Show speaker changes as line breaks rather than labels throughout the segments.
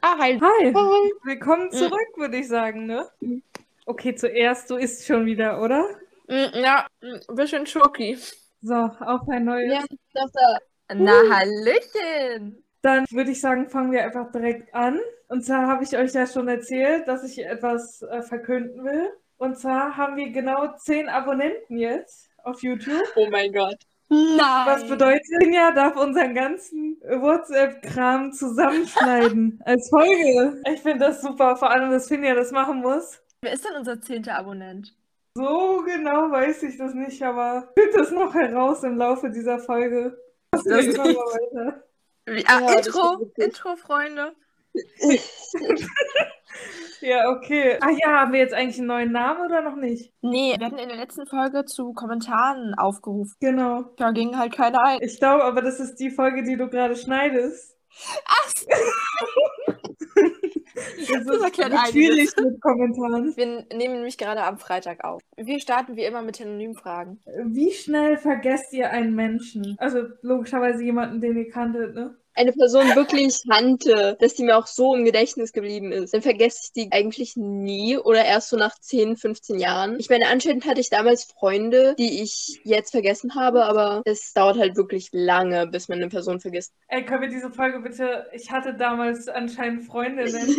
Ah,
Hi. Mm.
Hi.
Oh, Willkommen zurück, würde ich sagen, ne? Okay, zuerst, du isst schon wieder, oder?
Mm, Ja, mm, ein bisschen Schoki.
So, auf ein neues.
Ja, das, äh,
Na, Hallöchen.
Dann würde ich sagen, fangen wir einfach direkt an. Und zwar habe ich euch ja schon erzählt, dass ich etwas äh, verkünden will. Und zwar haben wir genau 10 Abonnenten jetzt auf YouTube.
oh mein Gott.
Nein.
Was bedeutet, Finja darf unseren ganzen WhatsApp-Kram zusammenschneiden als Folge. Ich finde das super, vor allem, dass Finja das machen muss.
Wer ist denn unser zehnter Abonnent?
So genau weiß ich das nicht, aber ich finde das noch heraus im Laufe dieser Folge. Das
Das-
geht immer weiter.
Wie,
Ja,
ah,
das ist
Intro,
witzig.
Intro, Freunde.
Ja, okay. Ah ja, haben wir jetzt eigentlich einen neuen Namen oder noch nicht?
Nee, wir hatten in der letzten Folge zu Kommentaren aufgerufen.
Genau.
Da ging halt keiner ein.
Ich glaube aber, das ist die Folge, die du gerade schneidest. Ach! das ist
erklärt einiges.
schwierig mit Kommentaren.
Wir nehmen nämlich gerade am Freitag auf. Wir starten wie immer mit Anonymfragen.
Wie schnell vergesst ihr einen Menschen? Also logischerweise jemanden, den ihr kanntet, ne?
Eine Person wirklich kannte, dass die mir auch so im Gedächtnis geblieben ist. Dann vergesse ich die eigentlich nie oder erst so nach 10, 15 Jahren. Ich meine, anscheinend hatte ich damals Freunde, die ich jetzt vergessen habe, aber es dauert halt wirklich lange, bis man eine Person vergisst.
Ey, können wir diese Folge bitte? Ich hatte damals anscheinend Freundinnen.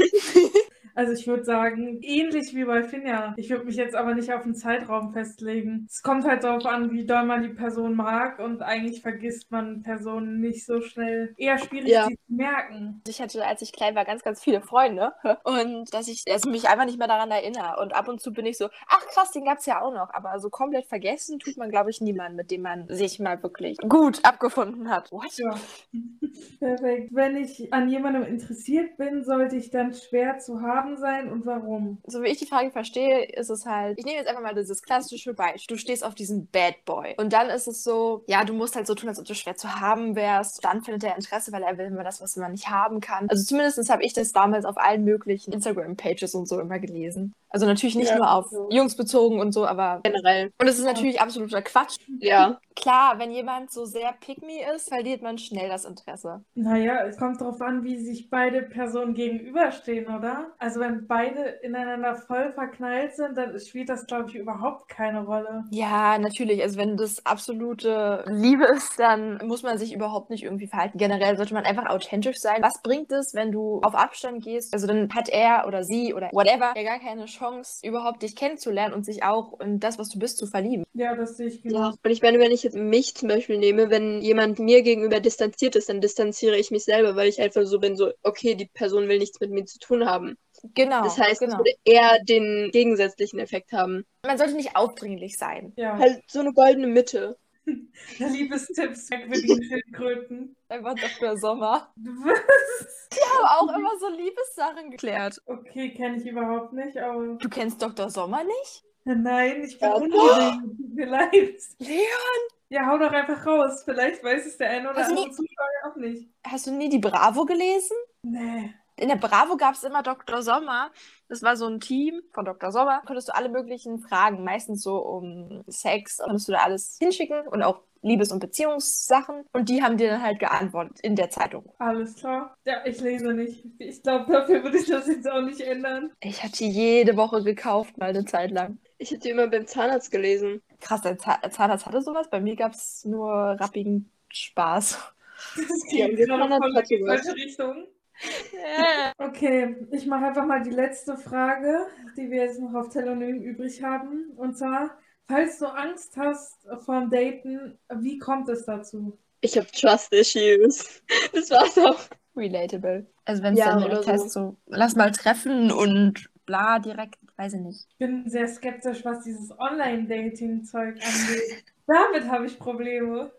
Also ich würde sagen, ähnlich wie bei Finja. Ich würde mich jetzt aber nicht auf einen Zeitraum festlegen. Es kommt halt darauf an, wie doll man die Person mag und eigentlich vergisst man Personen nicht so schnell. Eher schwierig,
Ja.
sie zu merken.
Ich hatte, als ich klein war, ganz, ganz viele Freunde. Und dass ich also mich einfach nicht mehr daran erinnere. Und ab und zu bin ich so, ach krass, den gab's ja auch noch. Aber so komplett vergessen tut man, glaube ich, niemanden, mit dem man sich mal wirklich gut abgefunden hat. What?
Ja. Perfekt. Wenn ich an jemandem interessiert bin, sollte ich dann schwer zu haben sein und warum?
So wie ich die Frage verstehe, ist es halt, ich nehme jetzt einfach mal dieses klassische Beispiel. Du stehst auf diesen Bad Boy. Und dann ist es so, ja, du musst halt so tun, als ob du schwer zu haben wärst. Dann findet er Interesse, weil er will immer das, was man nicht haben kann. Also zumindest habe ich das damals auf allen möglichen Instagram-Pages und so immer gelesen. Also natürlich nicht
Ja,
nur auf
so.
Jungs bezogen und so, aber.
Generell,
Und es ist natürlich absoluter Quatsch.
ja.
Klar, wenn jemand so sehr pick me ist, verliert man schnell das Interesse.
Naja, es kommt darauf an, wie sich beide Personen gegenüberstehen, oder? Also wenn beide ineinander voll verknallt sind, dann spielt das, glaube ich, überhaupt keine Rolle.
Ja, natürlich. Also wenn das absolute Liebe ist, dann muss man sich überhaupt nicht irgendwie verhalten. Generell sollte man einfach authentisch sein. Was bringt es, wenn du auf Abstand gehst? Also dann hat er oder sie oder whatever ja gar keine Chance, überhaupt dich kennenzulernen und sich auch in das, was du bist, zu verlieben.
Ja, das sehe ich genau.
Ja. Und ich meine, wenn ich jetzt mich zum Beispiel nehme, wenn jemand mir gegenüber distanziert ist, dann distanziere ich mich selber, weil ich einfach so bin, so, okay, die Person will nichts mit mir zu tun haben.
Genau,
Das heißt,
genau.
es würde eher den gegensätzlichen Effekt haben.
Man sollte nicht aufdringlich sein.
Ja,
Halt so eine goldene Mitte.
Liebestipps, merkwürdige Schildkröten.
Einfach Dr. Sommer.
Was?
Die haben auch immer so Liebessachen geklärt.
Okay, kenne ich überhaupt nicht, aber
Du kennst Dr. Sommer nicht?
nein, ich bin
Ja.
unbedingt. Tut mir leid.
Leo?
Ja, hau doch einfach raus. Vielleicht weiß es der eine oder
Also
andere
nie-
Zuschauer auch nicht.
Hast du nie die Bravo gelesen?
Nee.
In der Bravo gab es immer Dr. Sommer. Das war so ein Team von Dr. Sommer. Konntest du alle möglichen Fragen, meistens so um Sex, konntest du da alles hinschicken und auch Liebes- und Beziehungssachen. Und die haben dir dann halt geantwortet in der Zeitung.
Alles klar. Ja, ich lese nicht. Ich glaube, dafür würde ich das jetzt auch nicht ändern.
Ich hatte jede Woche gekauft, mal eine Zeit lang.
Ich hätte die immer beim Zahnarzt gelesen.
Krass, dein Zahn- Zahnarzt hatte sowas. Bei mir gab es nur rappigen Spaß.
Das
Ja,
geht
wir
gerade
fahren halt
voll
gerade
in die
durch.
falsche Richtung. Okay, ich mache einfach mal die letzte Frage, die wir jetzt noch auf Telonym übrig haben. Und zwar, falls du Angst hast vorm Daten, wie kommt es dazu?
Ich habe Trust Issues. Das war's auch.
Relatable. Also wenn es
Ja,
dann
oder
direkt
so.
heißt, so, lass mal treffen und bla, direkt, weiß ich nicht.
Ich bin sehr skeptisch, was dieses Online-Dating-Zeug angeht. Damit habe ich Probleme.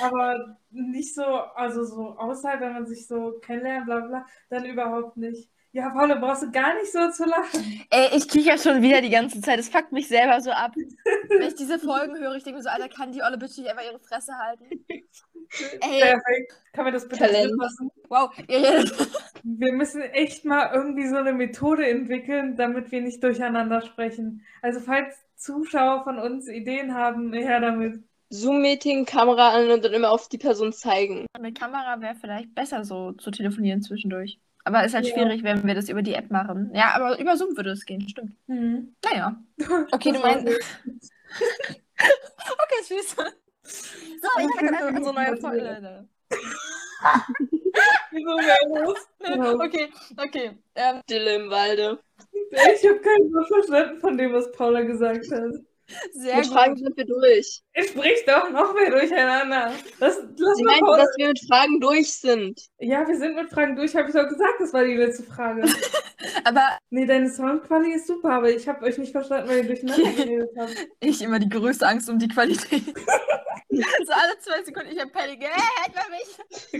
Aber nicht so, also so außerhalb, wenn man sich so kennenlernt, bla bla, dann überhaupt nicht. Ja, Paula, brauchst du gar nicht so zu lachen.
Ey, ich kicher schon wieder die ganze Zeit. Das fuckt mich selber so ab. Wenn ich diese Folgen höre, ich denke mir so, Alter, kann die Olle bitte nicht einfach ihre Fresse halten? Ey,
Perfekt. Kann man das bitte
Talent.
drin lassen?
wow, ihr redet.
Wir müssen echt mal irgendwie so eine Methode entwickeln, damit wir nicht durcheinander sprechen. Also falls Zuschauer von uns Ideen haben, her damit.
Zoom-Meeting, Kamera an und dann immer auf die Person zeigen.
Mit Kamera wäre vielleicht besser so zu telefonieren zwischendurch. Aber ist halt
Ja.
schwierig, wenn wir das über die App machen. Ja, aber über Zoom würde es gehen, stimmt.
Hm.
Naja. Okay, du
Das war
meinst. okay, tschüss. So, ich habe gerade unsere neue Folge. Leute.
Wieso wäre los? Ja.
Okay, okay. Ähm,
Stille im Walde.
Ich habe keinen Wort verstanden von dem, was Paula gesagt hat.
sehr
Mit Fragen
gut.
sind wir durch.
Es spricht doch noch mehr durcheinander. Das, lass
Sie
mal
meinte,
Paula.
dass wir mit Fragen durch sind.
Ja, wir sind mit Fragen durch, habe ich doch gesagt, das war die letzte Frage.
Aber
nee, deine Soundqualität ist super, aber ich habe euch nicht verstanden, weil ihr durcheinander geredet habt.
ich immer die größte Angst um die Qualität. so alle zwei Sekunden, ich hab Panik. Äh, hält mal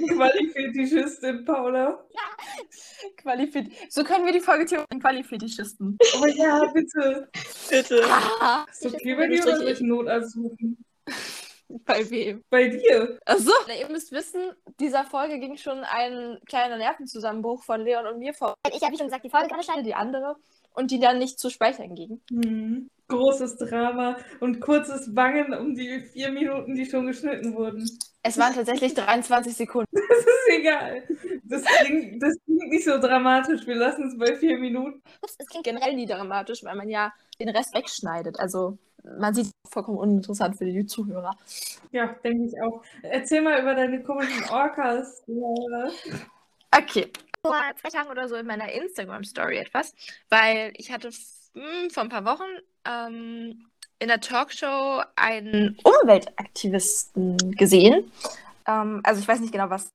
mich.
Qualifetischistin, Paula.
Qualifit. So können wir die Folge theoretisch Qualifetischisten.
Oh ja, bitte.
Bitte.
Ah,
Ist okay bei dir oder soll ich einen Notarzt suchen?
bei wem?
Bei dir.
Achso. Ihr müsst wissen, dieser Folge ging schon ein kleiner Nervenzusammenbruch von Leon und mir vor.
Ich habe schon gesagt, die Folge gerade schneiden.
Die andere. Und die dann nicht zu speichern ging.
Hm. Großes Drama und kurzes Bangen um die vier Minuten, die schon geschnitten wurden.
Es waren tatsächlich 23 Sekunden.
Das ist egal. Das klingt, das klingt nicht so dramatisch. Wir lassen es bei vier Minuten.
Ups, es klingt generell.
generell nie dramatisch, weil man ja den Rest wegschneidet. Also man sieht vollkommen uninteressant für die Zuhörer.
Ja, denke ich auch. Erzähl mal über deine komischen Orcas. Laura.
Okay. Vor zwei Tagen oder so in meiner Instagram-Story etwas, weil ich hatte hm, vor ein paar Wochen ähm, in der Talkshow einen Umweltaktivisten gesehen. Ähm, also ich weiß nicht genau, was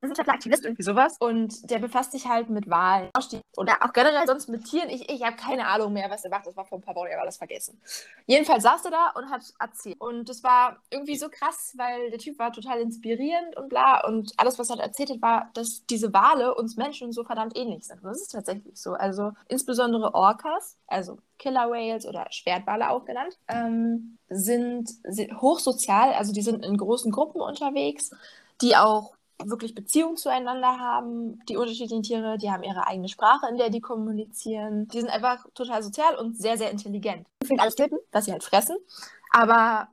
Wissenschaftler, Aktivist, irgendwie sowas. Und der befasst sich halt mit Wahlen Ausstieg- oder auch generell sonst mit Tieren. Ich, ich habe keine Ahnung mehr, was er macht. Das war vor ein paar Wochen, ich habe alles vergessen. Jedenfalls saß er da und hat erzählt. Und das war irgendwie so krass, weil der Typ war total inspirierend und bla. Und alles, was er erzählt hat, war, dass diese Wale uns Menschen so verdammt ähnlich sind. Und das ist tatsächlich so. Also insbesondere Orcas, also Killer Whales oder Schwertwale auch genannt, ähm, sind, sind hochsozial. Also die sind in großen Gruppen unterwegs, die auch wirklich Beziehung zueinander haben, die unterschiedlichen Tiere, die haben ihre eigene Sprache, in der die kommunizieren. Die sind einfach total sozial und sehr, sehr intelligent. Die finden alles töten, was sie halt fressen. Aber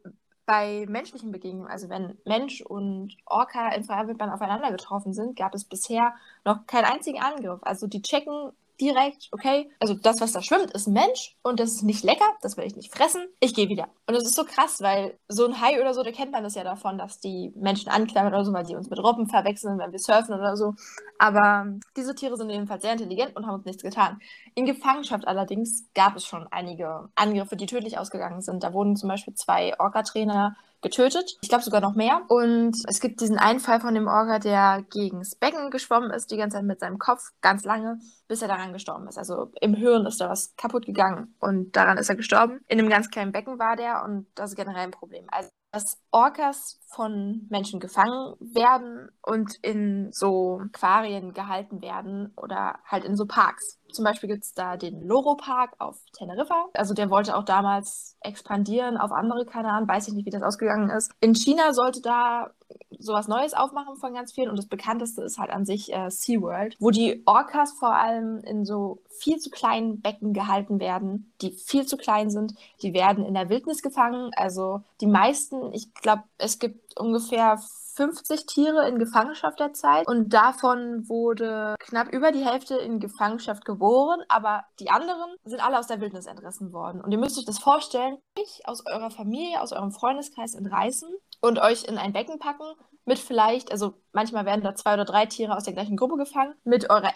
bei menschlichen Begegnungen, also wenn Mensch und Orca in Freiwildbahn aufeinander getroffen sind, gab es bisher noch keinen einzigen Angriff. Also die checken direkt, okay, also das, was da schwimmt, ist ein Mensch und das ist nicht lecker, das will ich nicht fressen, ich gehe wieder. Und das ist so krass, weil so ein Hai oder so, da kennt man das ja davon, dass die Menschen anklammern oder so, weil sie uns mit Robben verwechseln, wenn wir surfen oder so. Aber diese Tiere sind jedenfalls sehr intelligent und haben uns nichts getan. In Gefangenschaft allerdings gab es schon einige Angriffe, die tödlich ausgegangen sind. Da wurden zum Beispiel zwei Orca-Trainer getötet. Ich glaube sogar noch mehr. Und es gibt diesen einen Fall von dem Orca, der gegens Becken geschwommen ist, die ganze Zeit mit seinem Kopf, ganz lange, bis er daran gestorben ist. Also im Hirn ist da was kaputt gegangen und daran ist er gestorben. In einem ganz kleinen Becken war der und das ist generell ein Problem. Also dass Orcas von Menschen gefangen werden und in so Aquarien gehalten werden oder halt in so Parks. Zum Beispiel gibt es da den Loro Park auf Teneriffa. Also der wollte auch damals expandieren auf andere Kanaren. Weiß ich nicht, wie das ausgegangen ist. In China sollte da sowas Neues aufmachen von ganz vielen. Und das bekannteste ist halt an sich äh, SeaWorld, wo die Orcas vor allem in so viel zu kleinen Becken gehalten werden, die viel zu klein sind. Die werden in der Wildnis gefangen. Also die meisten, ich glaube, es gibt ungefähr 50 Tiere in Gefangenschaft derzeit und davon wurde knapp über die Hälfte in Gefangenschaft geboren, aber die anderen sind alle aus der Wildnis entrissen worden. Und ihr müsst euch das vorstellen, euch aus eurer Familie, aus eurem Freundeskreis entreißen und euch in ein Becken packen mit vielleicht, also manchmal werden da zwei oder drei Tiere aus der gleichen Gruppe gefangen, mit eurer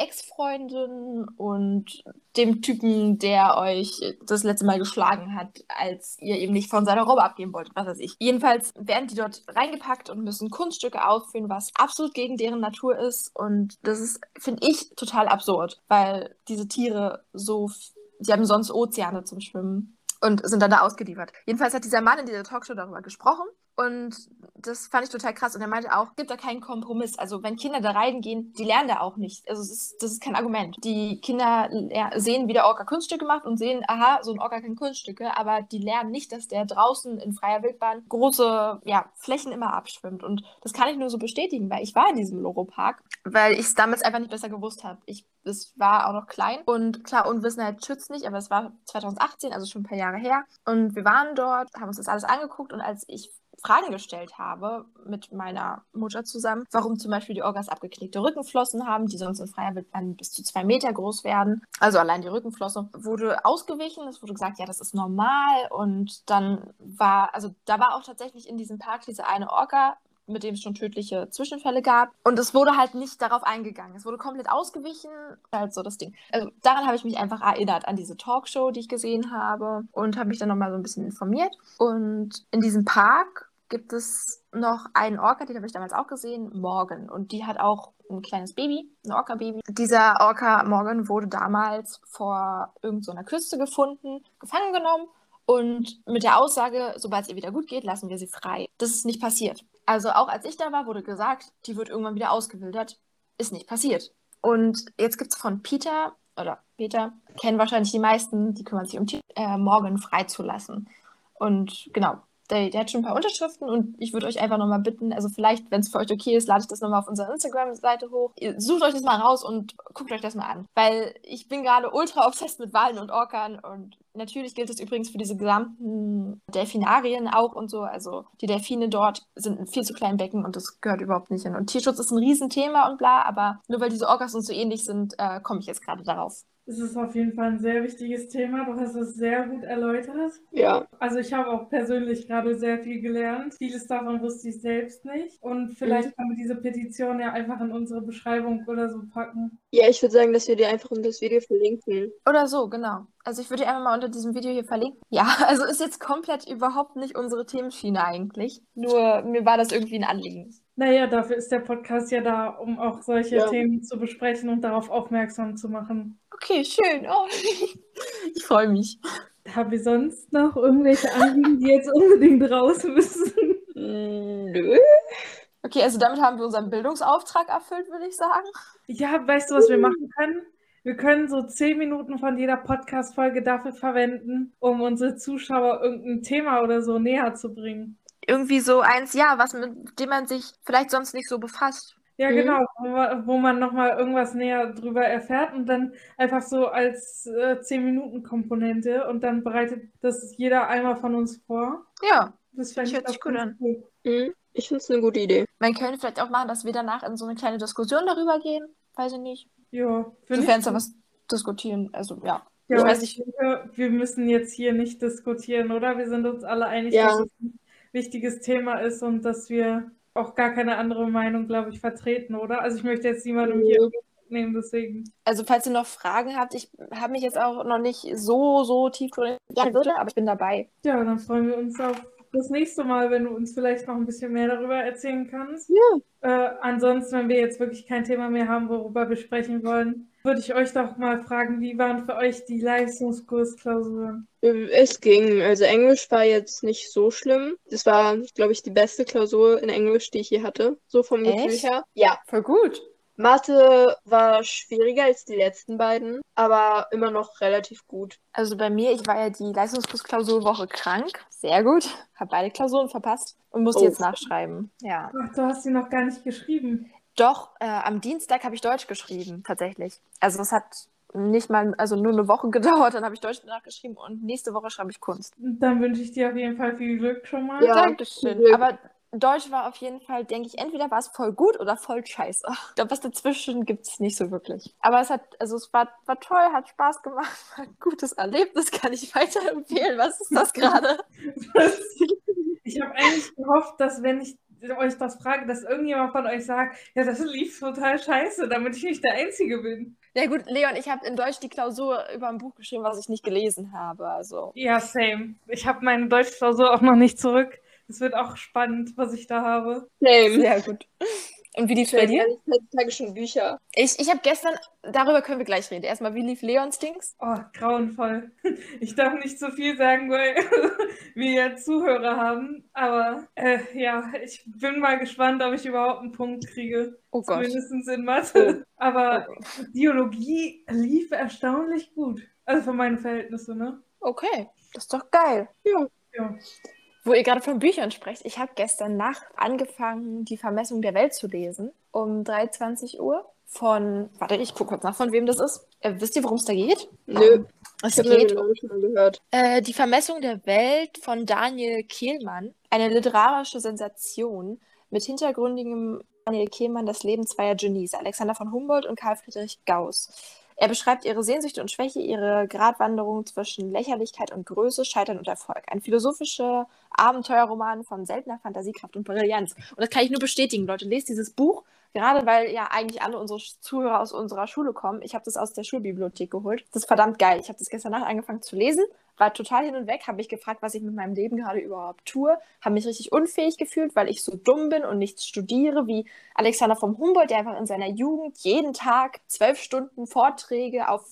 Ex-Freundin und dem Typen, der euch das letzte Mal geschlagen hat, als ihr ihm nicht von seiner Robe abgeben wolltet, was weiß ich. Jedenfalls werden die dort reingepackt und müssen Kunststücke aufführen, was absolut gegen deren Natur ist. Und das ist, finde ich, total absurd, weil diese Tiere so, f- die haben sonst Ozeane zum Schwimmen und sind dann da ausgeliefert. Jedenfalls hat dieser Mann in dieser Talkshow darüber gesprochen. Und das fand ich total krass. Und er meinte auch, gibt da keinen Kompromiss. Also wenn Kinder da reingehen, die lernen da auch nicht. Also es ist, das ist kein Argument. Die Kinder ler- sehen, wie der Orca Kunststücke macht und sehen, aha, so ein Orca kann Kunststücke, aber die lernen nicht, dass der draußen in freier Wildbahn große ja, Flächen immer abschwimmt. Und das kann ich nur so bestätigen, weil ich war in diesem Loro-Park, weil ich es damals einfach nicht besser gewusst habe. Ich es war auch noch klein und klar, Unwissenheit schützt nicht, aber es war 2018, also schon ein paar Jahre her. Und wir waren dort, haben uns das alles angeguckt und als ich Fragen gestellt habe mit meiner Mutter zusammen, warum zum Beispiel die Orgas abgeknickte Rückenflossen haben, die sonst in freier Wildbahn bis zu zwei Meter groß werden. Also allein die Rückenflosse wurde ausgewichen. Es wurde gesagt, ja, das ist normal. Und dann war, also da war auch tatsächlich in diesem Park diese eine Orga mit dem es schon tödliche Zwischenfälle gab. Und es wurde halt nicht darauf eingegangen. Es wurde komplett ausgewichen. Halt so das Ding. Also daran habe ich mich einfach erinnert, an diese Talkshow, die ich gesehen habe. Und habe mich dann nochmal so ein bisschen informiert. Und in diesem Park gibt es noch einen Orca, den habe ich damals auch gesehen, Morgan. Und die hat auch ein kleines Baby, ein Orca-Baby. Dieser Orca Morgan wurde damals vor irgendeiner Küste gefunden, gefangen genommen und mit der Aussage, sobald es ihr wieder gut geht, lassen wir sie frei. Das ist nicht passiert. Also auch als ich da war, wurde gesagt, die wird irgendwann wieder ausgewildert. Ist nicht passiert. Und jetzt gibt es von Peter, oder Peter, kennen wahrscheinlich die meisten, die kümmern sich um Tiere, äh, Morgan freizulassen. Und genau, der, der hat schon ein paar Unterschriften und ich würde euch einfach nochmal bitten, also vielleicht, wenn es für euch okay ist, lade ich das nochmal auf unserer Instagram-Seite hoch. Ihr sucht euch das mal raus und guckt euch das mal an. Weil ich bin gerade ultra obsessed mit Walen und Orkern und natürlich gilt es übrigens für diese gesamten Delfinarien auch und so. Also die Delfine dort sind in viel zu kleinen Becken und das gehört überhaupt nicht hin. Und Tierschutz ist ein Riesenthema und bla, aber nur weil diese Orcas uns so ähnlich sind, äh, komme ich jetzt gerade darauf.
Es ist auf jeden Fall ein sehr wichtiges Thema. Du hast es sehr gut erläutert.
Ja.
Also ich habe auch persönlich gerade sehr viel gelernt. Vieles davon wusste ich selbst nicht. Und vielleicht können wir diese Petition ja einfach in unsere Beschreibung oder so packen.
Ja, ich würde sagen, dass wir dir einfach unter das Video verlinken.
Oder so, genau. Also ich würde die einfach mal unter diesem Video hier verlinken. Ja, also ist jetzt komplett überhaupt nicht unsere Themenschiene eigentlich. Nur mir war das irgendwie ein Anliegen.
Naja, dafür ist der Podcast ja da, um auch solche
Ja.
Themen zu besprechen und darauf aufmerksam zu machen.
Okay, schön. Oh, ich freue mich.
Haben wir sonst noch irgendwelche Anliegen, die jetzt unbedingt raus müssen?
Mm, Nö.
Okay, also damit haben wir unseren Bildungsauftrag erfüllt, würde ich sagen.
Ja, weißt du, was wir machen können? Wir können so zehn Minuten von jeder Podcast-Folge dafür verwenden, um unsere Zuschauer irgendein Thema oder so näher zu bringen.
Irgendwie so eins, ja, was mit dem man sich vielleicht sonst nicht so befasst.
Ja,
Mhm.
genau, wo ma- wo man nochmal irgendwas näher drüber erfährt und dann einfach so als äh, 10-Minuten-Komponente und dann bereitet das jeder einmal von uns vor.
Ja.
Das fände ich
Hört sich
auch
gut
ganz
an.
cool.
Hm, Ich finde es eine gute Idee.
Man könnte vielleicht auch machen, dass wir danach in so eine kleine Diskussion darüber gehen. Weiß ich nicht.
Ja, finde ich
Sofern es da
gut.
was diskutieren. Also ja.
Ja,
ich
aber
weiß
ich denke, wir müssen jetzt hier nicht diskutieren, oder? Wir sind uns alle einig,
Ja.
dass es ein wichtiges Thema ist und dass wir auch gar keine andere Meinung, glaube ich, vertreten, oder? Also ich möchte jetzt niemandem hier
Nö.
nehmen, deswegen.
Also falls ihr noch Fragen habt, ich habe mich jetzt auch noch nicht so, so tief drin gerne würde, aber ich bin dabei.
Ja, dann freuen wir uns auf das nächste Mal, wenn du uns vielleicht noch ein bisschen mehr darüber erzählen kannst.
Ja.
Äh, ansonsten, wenn wir jetzt wirklich kein Thema mehr haben, worüber wir sprechen wollen, würde ich euch doch mal fragen, wie waren für euch die Leistungskursklausuren?
Äh, Es ging. Also Englisch war jetzt nicht so schlimm. Das war, glaube ich, die beste Klausur in Englisch, die ich je hatte. So vom Gefühl
Echt?
her. Ja.
Voll gut.
Mathe war schwieriger als die letzten beiden, aber immer noch relativ gut.
Also bei mir, ich war ja die Leistungskursklausurwoche krank. Sehr gut. Habe beide Klausuren verpasst und musste
Oh.
jetzt nachschreiben. Ja.
Ach, du hast sie noch gar nicht geschrieben.
Doch, äh, am Dienstag habe ich Deutsch geschrieben, tatsächlich. Also das hat nicht mal, also nur eine Woche gedauert, dann habe ich Deutsch nachgeschrieben und nächste Woche schreibe ich Kunst.
Dann wünsche ich dir auf jeden Fall viel Glück schon mal.
Ja.
Dankeschön.
Glück.
Aber Deutsch war auf jeden Fall, denke ich, entweder war es voll gut oder voll scheiße. Ich glaube, was dazwischen gibt es nicht so wirklich. Aber es hat, also es war, war toll, hat Spaß gemacht, war ein gutes Erlebnis, kann ich weiterempfehlen. Was ist das gerade?
Ich habe eigentlich gehofft, dass wenn ich euch das frage, dass irgendjemand von euch sagt, ja, das lief total scheiße, damit ich nicht der Einzige bin.
Ja gut, Leon, ich habe in Deutsch die Klausur über ein Buch geschrieben, was ich nicht gelesen habe. Also.
Ja, same. Ich habe meine Deutschklausur auch noch nicht zurück. Es wird auch spannend, was ich da habe.
Same.
Sehr gut. Und wie lief's bei
Bei
dir?
Heutzutage Also, schon Bücher.
Ich, ich habe gestern, darüber können wir gleich reden. Erstmal, wie lief Leons Dings?
Oh, grauenvoll. Ich darf nicht zu viel sagen, weil wir ja Zuhörer haben. Aber äh, ja, ich bin mal gespannt, ob ich überhaupt einen Punkt kriege.
Oh Gott. Oh.
Mindestens in Mathe. Aber Biologie lief erstaunlich gut. Also für meine Verhältnisse, ne?
Okay, das ist doch geil.
Ja.
Ja.
Wo ihr gerade von Büchern sprecht, ich habe gestern Nacht angefangen, die Vermessung der Welt zu lesen, um 23 Uhr. von, warte, ich gucke kurz nach, von wem das ist. Äh, wisst ihr, worum es da geht?
Nö,
Es
ich habe den
geht
Namen schon mal gehört.
äh, die Vermessung der Welt von Daniel Kehlmann, eine literarische Sensation mit hintergründigem Daniel Kehlmann das Leben zweier Genies, Alexander von Humboldt und Karl Friedrich Gauss. Er beschreibt ihre Sehnsüchte und Schwäche, ihre Gratwanderung zwischen Lächerlichkeit und Größe, Scheitern und Erfolg. Ein philosophischer Abenteuerroman von seltener Fantasiekraft und Brillanz. Und das kann ich nur bestätigen, Leute. Lest dieses Buch, gerade weil ja eigentlich alle unsere Zuhörer aus unserer Schule kommen. Ich habe das aus der Schulbibliothek geholt. Das ist verdammt geil. Ich habe das gestern Nacht angefangen zu lesen war total hin und weg, habe mich gefragt, was ich mit meinem Leben gerade überhaupt tue, habe mich richtig unfähig gefühlt, weil ich so dumm bin und nichts studiere, wie Alexander vom Humboldt, der einfach in seiner Jugend jeden Tag zwölf Stunden Vorträge auf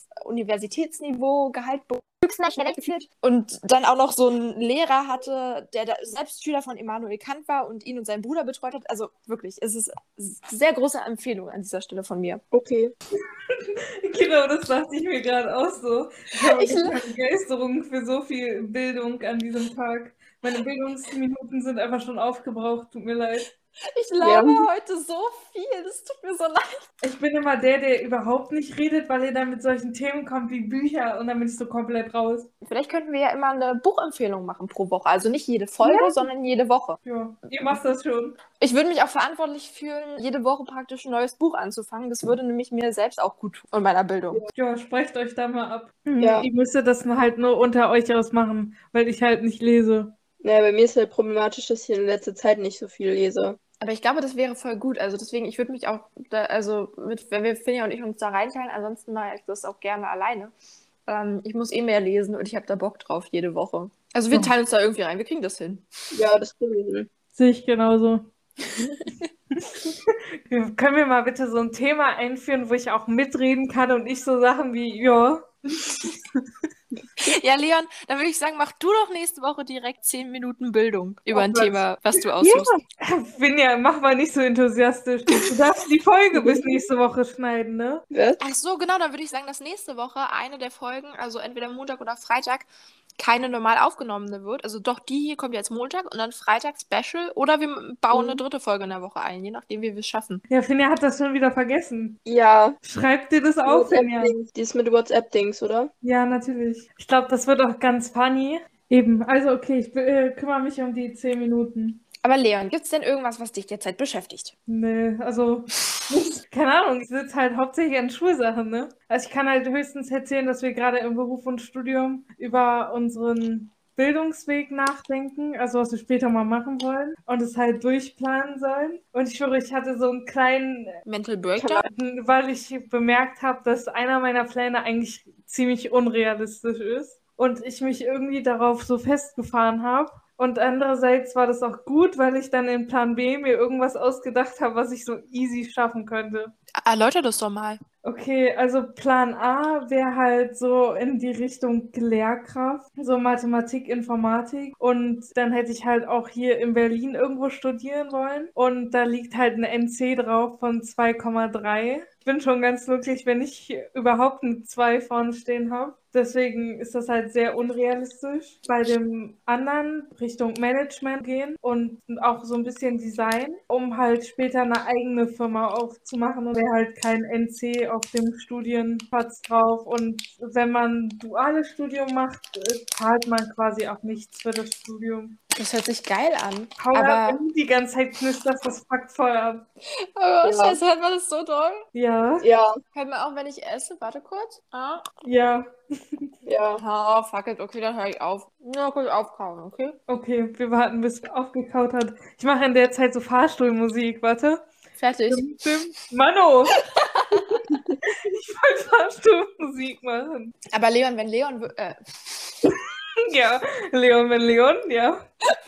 Universitätsniveau gehalten be-
Höchstmensch der Welt geführt.
und dann auch noch so einen Lehrer hatte, der da selbst Schüler von Immanuel Kant war und ihn und seinen Bruder betreut hat. Also wirklich, es ist sehr große Empfehlung an dieser Stelle von mir.
Okay.
Genau, das dachte ich mir gerade auch so. Ich habe
Ich
eine Begeisterung für so viel Bildung an diesem Tag. Meine Bildungsminuten sind einfach schon aufgebraucht, tut mir leid.
Ich
laber
heute so viel, das tut mir so leid.
Ich bin immer der, der überhaupt nicht redet, weil er dann mit solchen Themen kommt wie Bücher und dann bin ich so komplett raus.
Vielleicht könnten wir ja immer eine Buchempfehlung machen pro Woche. Also nicht jede Folge, sondern jede Woche.
Ja, ihr macht das schon.
Ich würde mich auch verantwortlich fühlen, jede Woche praktisch ein neues Buch anzufangen. Das würde nämlich mir selbst auch gut tun und meiner Bildung.
Ja, sprecht euch da mal ab. Hm,
Ja.
Ihr müsstet das halt nur unter euch ausmachen, weil ich halt nicht lese.
Naja, bei mir ist halt problematisch, dass ich in letzter Zeit nicht so viel lese.
Aber ich glaube, das wäre voll gut. Also deswegen, ich würde mich auch, da, also mit, wenn wir Finja und ich uns da reinteilen, ansonsten mache ich das auch gerne alleine. Ähm, ich muss eh mehr lesen und ich habe da Bock drauf jede Woche. Also wir
Ja.
teilen uns da irgendwie rein. Wir kriegen das hin.
Ja, das kriegen wir hin.
Sehe ich genauso. Können wir mal bitte so ein Thema einführen, wo ich auch mitreden kann und ich so Sachen wie, ja,
Ja, Leon, dann würde ich sagen, mach du doch nächste Woche direkt 10 Minuten Bildung über ein
Oh Gott.
Thema, was du aussuchst.
Finja, mach mal nicht so enthusiastisch. Du darfst die Folge bis nächste Woche schneiden, ne?
Was?
Ach so, genau, dann würde ich sagen, dass nächste Woche eine der Folgen, also entweder Montag oder Freitag, keine normal aufgenommene wird. Also doch, die hier kommt jetzt Montag und dann Freitag Special oder wir bauen eine dritte Folge in der Woche ein, je nachdem, wie wir es schaffen.
Ja, Finja hat das schon wieder vergessen.
Ja.
Schreib dir das auf, Finja.
WhatsApp-Dings. Dies mit WhatsApp-Dings, oder?
Ja, natürlich. Ich glaube, das wird auch ganz funny. Eben, also okay, ich äh, kümmere mich um die 10 Minuten.
Aber Leon, gibt es denn irgendwas, was dich derzeit beschäftigt?
Nee, also, keine Ahnung, ich sitze halt hauptsächlich an Schulsachen, ne? Also ich kann halt höchstens erzählen, dass wir gerade im Beruf und Studium über unseren Bildungsweg nachdenken, also was wir später mal machen wollen und es halt durchplanen sollen. Und ich schwöre, ich hatte so einen kleinen,
Mental Breakdown?
weil ich bemerkt habe, dass einer meiner Pläne eigentlich ziemlich unrealistisch ist und ich mich irgendwie darauf so festgefahren habe. Und andererseits war das auch gut, weil ich dann in Plan B mir irgendwas ausgedacht habe, was ich so easy schaffen könnte.
Erläuter das doch mal.
Okay, also Plan A wäre halt so in die Richtung Lehrkraft, so Mathematik, Informatik. Und dann hätte ich halt auch hier in Berlin irgendwo studieren wollen. Und da liegt halt ein NC drauf von 2,3. Ich bin schon ganz glücklich, wenn ich überhaupt ein 2 vorne stehen habe. Deswegen ist das halt sehr unrealistisch. Bei dem anderen Richtung Management gehen und auch so ein bisschen Design, um halt später eine eigene Firma aufzumachen und wäre halt kein NC auf dem Studienplatz drauf. Und wenn man duales Studium macht, äh, zahlt man quasi auch nichts für das Studium.
Das hört sich geil an.
Hau ab,
Aber,
wenn du die ganze Zeit knisterst, das packt voll ab.
aber
Ja.
scheiße, hört man Oh das so doll?
Ja,
Ja,
Hört man auch, wenn ich esse? Warte kurz. Ah.
ja.
ja.
Oh, fuck it. Okay, dann höre ich auf. Na gut, aufkauen, okay?
Okay, wir warten, bis er aufgekaut hat. Ich mache in der Zeit so Fahrstuhlmusik, warte.
Fertig.
Dim, dim. Mano! ich wollte Fahrstuhlmusik machen.
Aber Leon, wenn Leon, wir- äh,
Ja, Leon, wenn Leon, ja.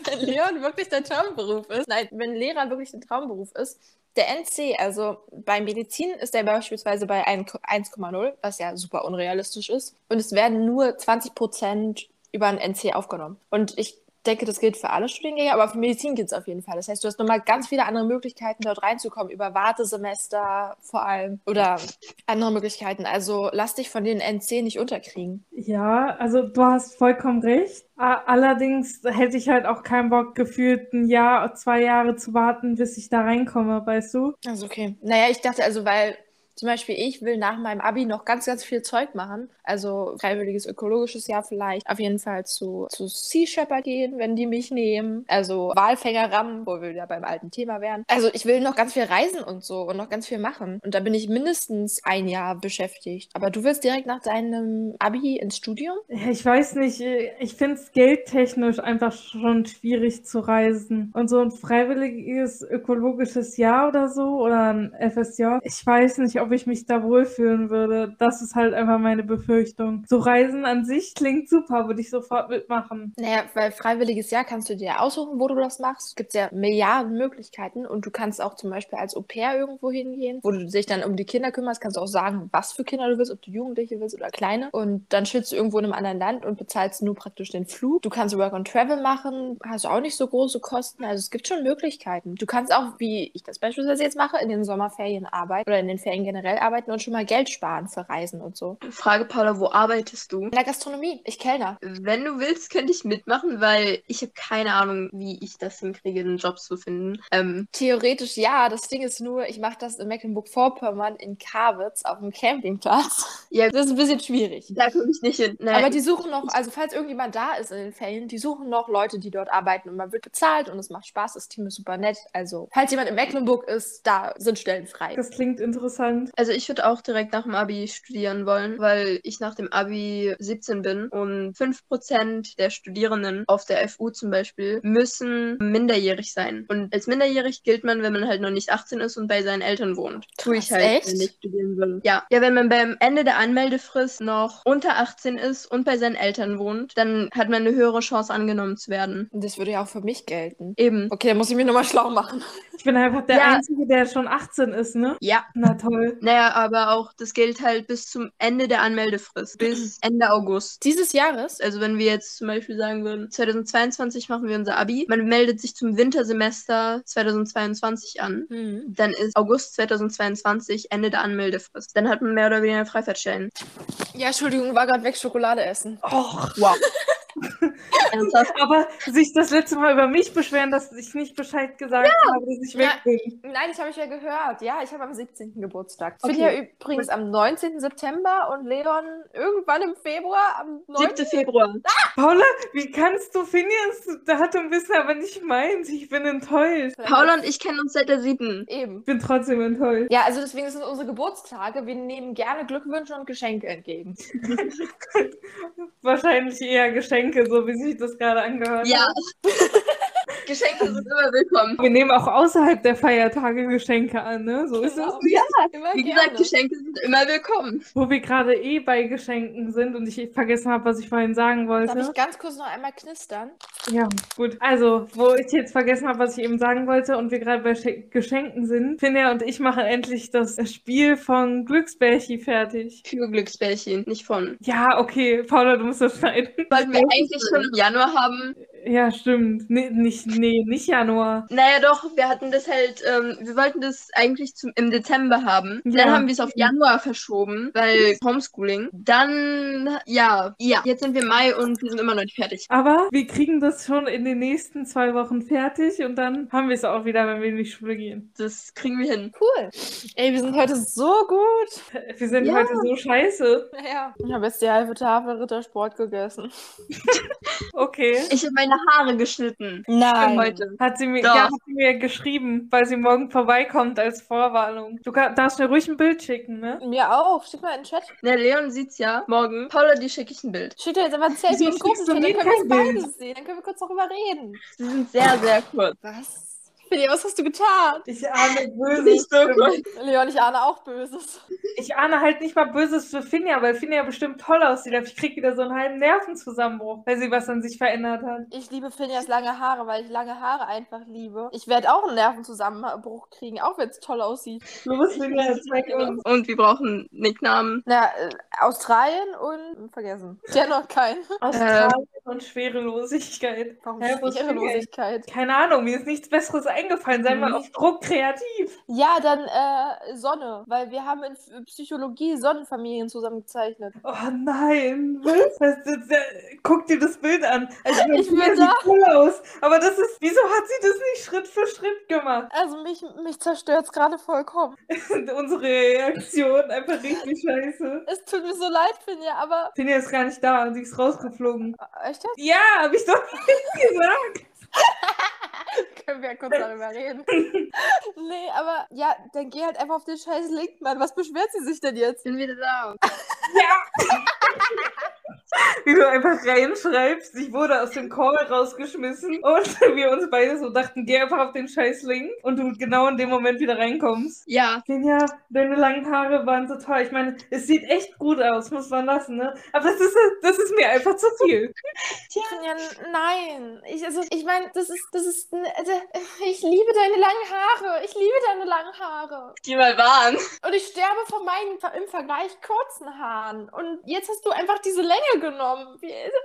wenn Leon wirklich dein Traumberuf ist, nein, wenn Lehrer wirklich dein Traumberuf ist, der NC, also bei Medizin ist der beispielsweise bei 1,0, was ja super unrealistisch ist. Und es werden nur 20 Prozent über einen NC aufgenommen. Und ich denke, das gilt für alle Studiengänge, aber für Medizin gilt es auf jeden Fall. Das heißt, du hast nochmal ganz viele andere Möglichkeiten, dort reinzukommen, über Wartesemester vor allem oder andere Möglichkeiten. Also lass dich von den NC nicht unterkriegen.
Ja, also du hast vollkommen recht. A- Allerdings hätte ich halt auch keinen Bock gefühlt, ein Jahr, zwei Jahre zu warten, bis ich da reinkomme, weißt du?
Also okay. Naja, ich dachte also, weil Zum Beispiel, ich will nach meinem Abi noch ganz, ganz viel Zeug machen. Also freiwilliges ökologisches Jahr vielleicht. Auf jeden Fall zu, zu Sea Shepherd gehen, wenn die mich nehmen. Also Walfängerrammen, wo wir wieder beim alten Thema wären. Also ich will noch ganz viel reisen und so und noch ganz viel machen. Und da bin ich mindestens ein Jahr beschäftigt. Aber du willst direkt nach deinem Abi ins Studium?
Ja, Ich weiß nicht, ich finde es geldtechnisch einfach schon schwierig zu reisen. Und so ein freiwilliges ökologisches Jahr oder so oder ein FSJ, ich weiß nicht, ob ich mich da wohlfühlen würde. Das ist halt einfach meine Befürchtung. So Reisen an sich klingt super, würde ich sofort mitmachen.
Naja, weil freiwilliges Jahr kannst du dir ja aussuchen, wo du das machst. Es gibt ja Milliarden Möglichkeiten und du kannst auch zum Beispiel als Au pair irgendwo hingehen, wo du dich dann um die Kinder kümmerst, kannst du auch sagen, was für Kinder du willst, ob du Jugendliche willst oder Kleine. Und dann chillst du irgendwo in einem anderen Land und bezahlst nur praktisch den Flug. Du kannst Work and Travel machen, hast auch nicht so große Kosten. Also es gibt schon Möglichkeiten. Du kannst auch, wie ich das beispielsweise jetzt mache, in den Sommerferien arbeiten oder in den Ferien generell arbeiten und schon mal Geld sparen für Reisen und so.
Frage, Paula, wo arbeitest du?
In der Gastronomie, ich Kellner.
Wenn du willst, könnte ich mitmachen, weil ich habe keine Ahnung, wie ich das hinkriege, einen Job zu finden. Ähm,
Theoretisch ja, das Ding ist nur, ich mache das in Mecklenburg-Vorpommern in Karwitz auf dem Campingplatz.
Ja.
Das ist ein bisschen schwierig.
da komme ich nicht hin. Nein.
Aber die suchen noch, also falls irgendjemand da ist in den Ferien, die suchen noch Leute, die dort arbeiten und man wird bezahlt und es macht Spaß, das Team ist super nett. Also, falls jemand in Mecklenburg ist, da sind Stellen frei.
Das klingt interessant.
Also ich würde auch direkt nach dem Abi studieren wollen, weil ich nach dem Abi 17 bin und 5% der Studierenden auf der FU zum Beispiel müssen minderjährig sein. Und als minderjährig gilt man, wenn man halt noch nicht 18 ist und bei seinen Eltern wohnt. Tue ich
Krass,
halt,
echt?
wenn ich studieren will. Ja. ja, wenn man beim Ende der Anmeldefrist noch unter 18 ist und bei seinen Eltern wohnt, dann hat man eine höhere Chance angenommen zu werden.
Und das würde ja auch für mich gelten.
Eben.
Okay, dann muss ich mich nochmal schlau machen.
Ich bin einfach der
Ja.
Einzige, der schon 18 ist, ne?
Ja.
Na toll.
Naja, aber auch, das gilt halt bis zum Ende der Anmeldefrist, bis Ende August.
Dieses Jahres?
Also wenn wir jetzt zum Beispiel sagen würden, 2022 machen wir unser Abi, man meldet sich zum Wintersemester 2022 an,
Hm.
dann ist August 2022 Ende der Anmeldefrist. Dann hat man mehr oder weniger Freifahrtstellen.
Ja, Entschuldigung, war gerade weg, Schokolade essen.
Och.
Wow. Ernsthaft?
Aber sich das letzte Mal über mich beschweren, dass ich nicht Bescheid gesagt habe, dass ich weg
Ja.
bin.
Nein, ich habe ich ja gehört. Ja, ich habe am 17. Geburtstag. Ich bin
Okay.
ja übrigens am 19. September und Leon irgendwann im Februar am 9.
7. Februar.
Paula, wie kannst du Phineas Datum wissen, aber nicht meins? Ich bin enttäuscht.
Paula und ich kennen uns seit der 7.
Eben.
Ich bin trotzdem enttäuscht.
Ja, also deswegen sind unsere Geburtstage. Wir nehmen gerne Glückwünsche und Geschenke entgegen.
Wahrscheinlich eher Geschenke, so wie sich das gerade angehört
Ja.
hat.
Geschenke sind immer willkommen.
Wir nehmen auch außerhalb der Feiertage Geschenke an, ne? So ist es.
Ja, immer
Wie
gerne.
gesagt, Geschenke sind immer willkommen.
Wo wir gerade eh bei Geschenken sind und ich vergessen habe, was ich vorhin sagen
Darf
wollte.
ich ganz kurz noch einmal knistern?
Ja, gut. Also, wo ich jetzt vergessen habe, was ich eben sagen wollte und wir gerade bei Schen- Geschenken sind, Finja und ich machen endlich das Spiel von Glücksbärchi fertig.
Für Glücksbärchen, nicht von.
Ja, okay, Paula, du musst das schneiden.
Wollten wir eigentlich schon im Januar haben.
Ja, stimmt. Nee, nicht, nee, nicht Januar.
Naja, doch, wir hatten das halt, ähm, wir wollten das eigentlich zum, im Dezember haben.
Ja.
Dann haben wir es auf Januar verschoben, weil Homeschooling. Dann, ja, ja. Jetzt sind wir im Mai und wir sind immer noch nicht fertig.
Aber wir kriegen das schon in den nächsten zwei Wochen fertig und dann haben wir es auch wieder, wenn wir in die Schule gehen.
Das kriegen wir hin.
Cool. Ey, wir sind heute so gut.
Wir sind
Ja.
heute so scheiße.
Ja. Ich habe jetzt die halbe Tafel Rittersport gegessen.
Okay.
Ich habe meine Haare geschnitten. Für
Nein.
heute.
Hat sie, mir,
Doch.
ja, hat sie mir geschrieben, weil sie morgen vorbeikommt als Vorwarnung. Du ka- darfst mir ruhig ein Bild schicken, ne?
Mir auch. Schick mal in den Chat.
Na, Leon sieht's ja. Morgen. Paula, die schicke ich ein Bild.
Schick dir jetzt einfach ein Selfie
Wieso
im Gruppen,
schickst du
dann
mir
können wir es
kein Bild?
beides sehen. Dann können wir kurz darüber reden.
Sie sind sehr, sehr kurz.
Was? Finja, was hast du getan?
Ich ahne Böses.
Nicht so kurz.
Leon, ich ahne auch Böses.
Ich ahne halt nicht mal Böses für Finja, weil Finja bestimmt toll aussieht. aber Ich krieg wieder so einen halben Nervenzusammenbruch, weil sie was an sich verändert hat.
Ich liebe Finjas lange Haare, weil ich lange Haare einfach liebe. Ich werde auch einen Nervenzusammenbruch kriegen, auch wenn es toll aussieht.
Du musst Finja jetzt weg. und-
Und wir brauchen Nicknamen.
hm, Na, äh, Australien und vergessen. Der noch kein.
Australien und Schwerelosigkeit.
Warum
Hä, wo ist
Irrelosigkeit?
Keine Ahnung, mir ist nichts Besseres eingefallen. Sei mal
Mhm.
auf Druck kreativ.
Ja, dann äh, Sonne, weil wir haben in F- Psychologie Sonnenfamilien zusammengezeichnet.
Oh nein, was? Das, das, das, guck dir das Bild an. Also, ich
bin
sieht
da.
cool aus. Aber das ist, wieso hat sie das nicht Schritt für Schritt gemacht?
Also mich, mich zerstört es gerade vollkommen.
Und unsere Reaktion einfach richtig scheiße.
Es tut mir so leid, Finja, aber...
Finja ist gar nicht da, sie ist rausgeflogen.
Äh, Echt jetzt?
Ja, hab ich doch nicht gesagt.
Können wir ja kurz darüber reden. nee, aber ja, dann geh halt einfach auf den scheiß Link, Mann. Was beschwert sie sich denn jetzt?
Bin wieder da.
Wie du einfach reinschreibst, ich wurde aus dem Call rausgeschmissen und wir uns beide so dachten, geh einfach auf den scheiß Link und du genau in dem Moment wieder reinkommst.
Ja,
Finja, deine langen Haare waren so toll. Ich meine, es sieht echt gut aus, muss man lassen, ne? Aber das ist, das ist mir einfach zu viel.
Finja, n- nein. Ich, also, ich meine, das ist, das ist, n- also, ich liebe deine langen Haare. Ich liebe deine langen Haare.
die mal waren.
Und ich sterbe von meinen ver- im Vergleich kurzen Haaren. Und jetzt hast du einfach diese Länge genommen. Wie- also,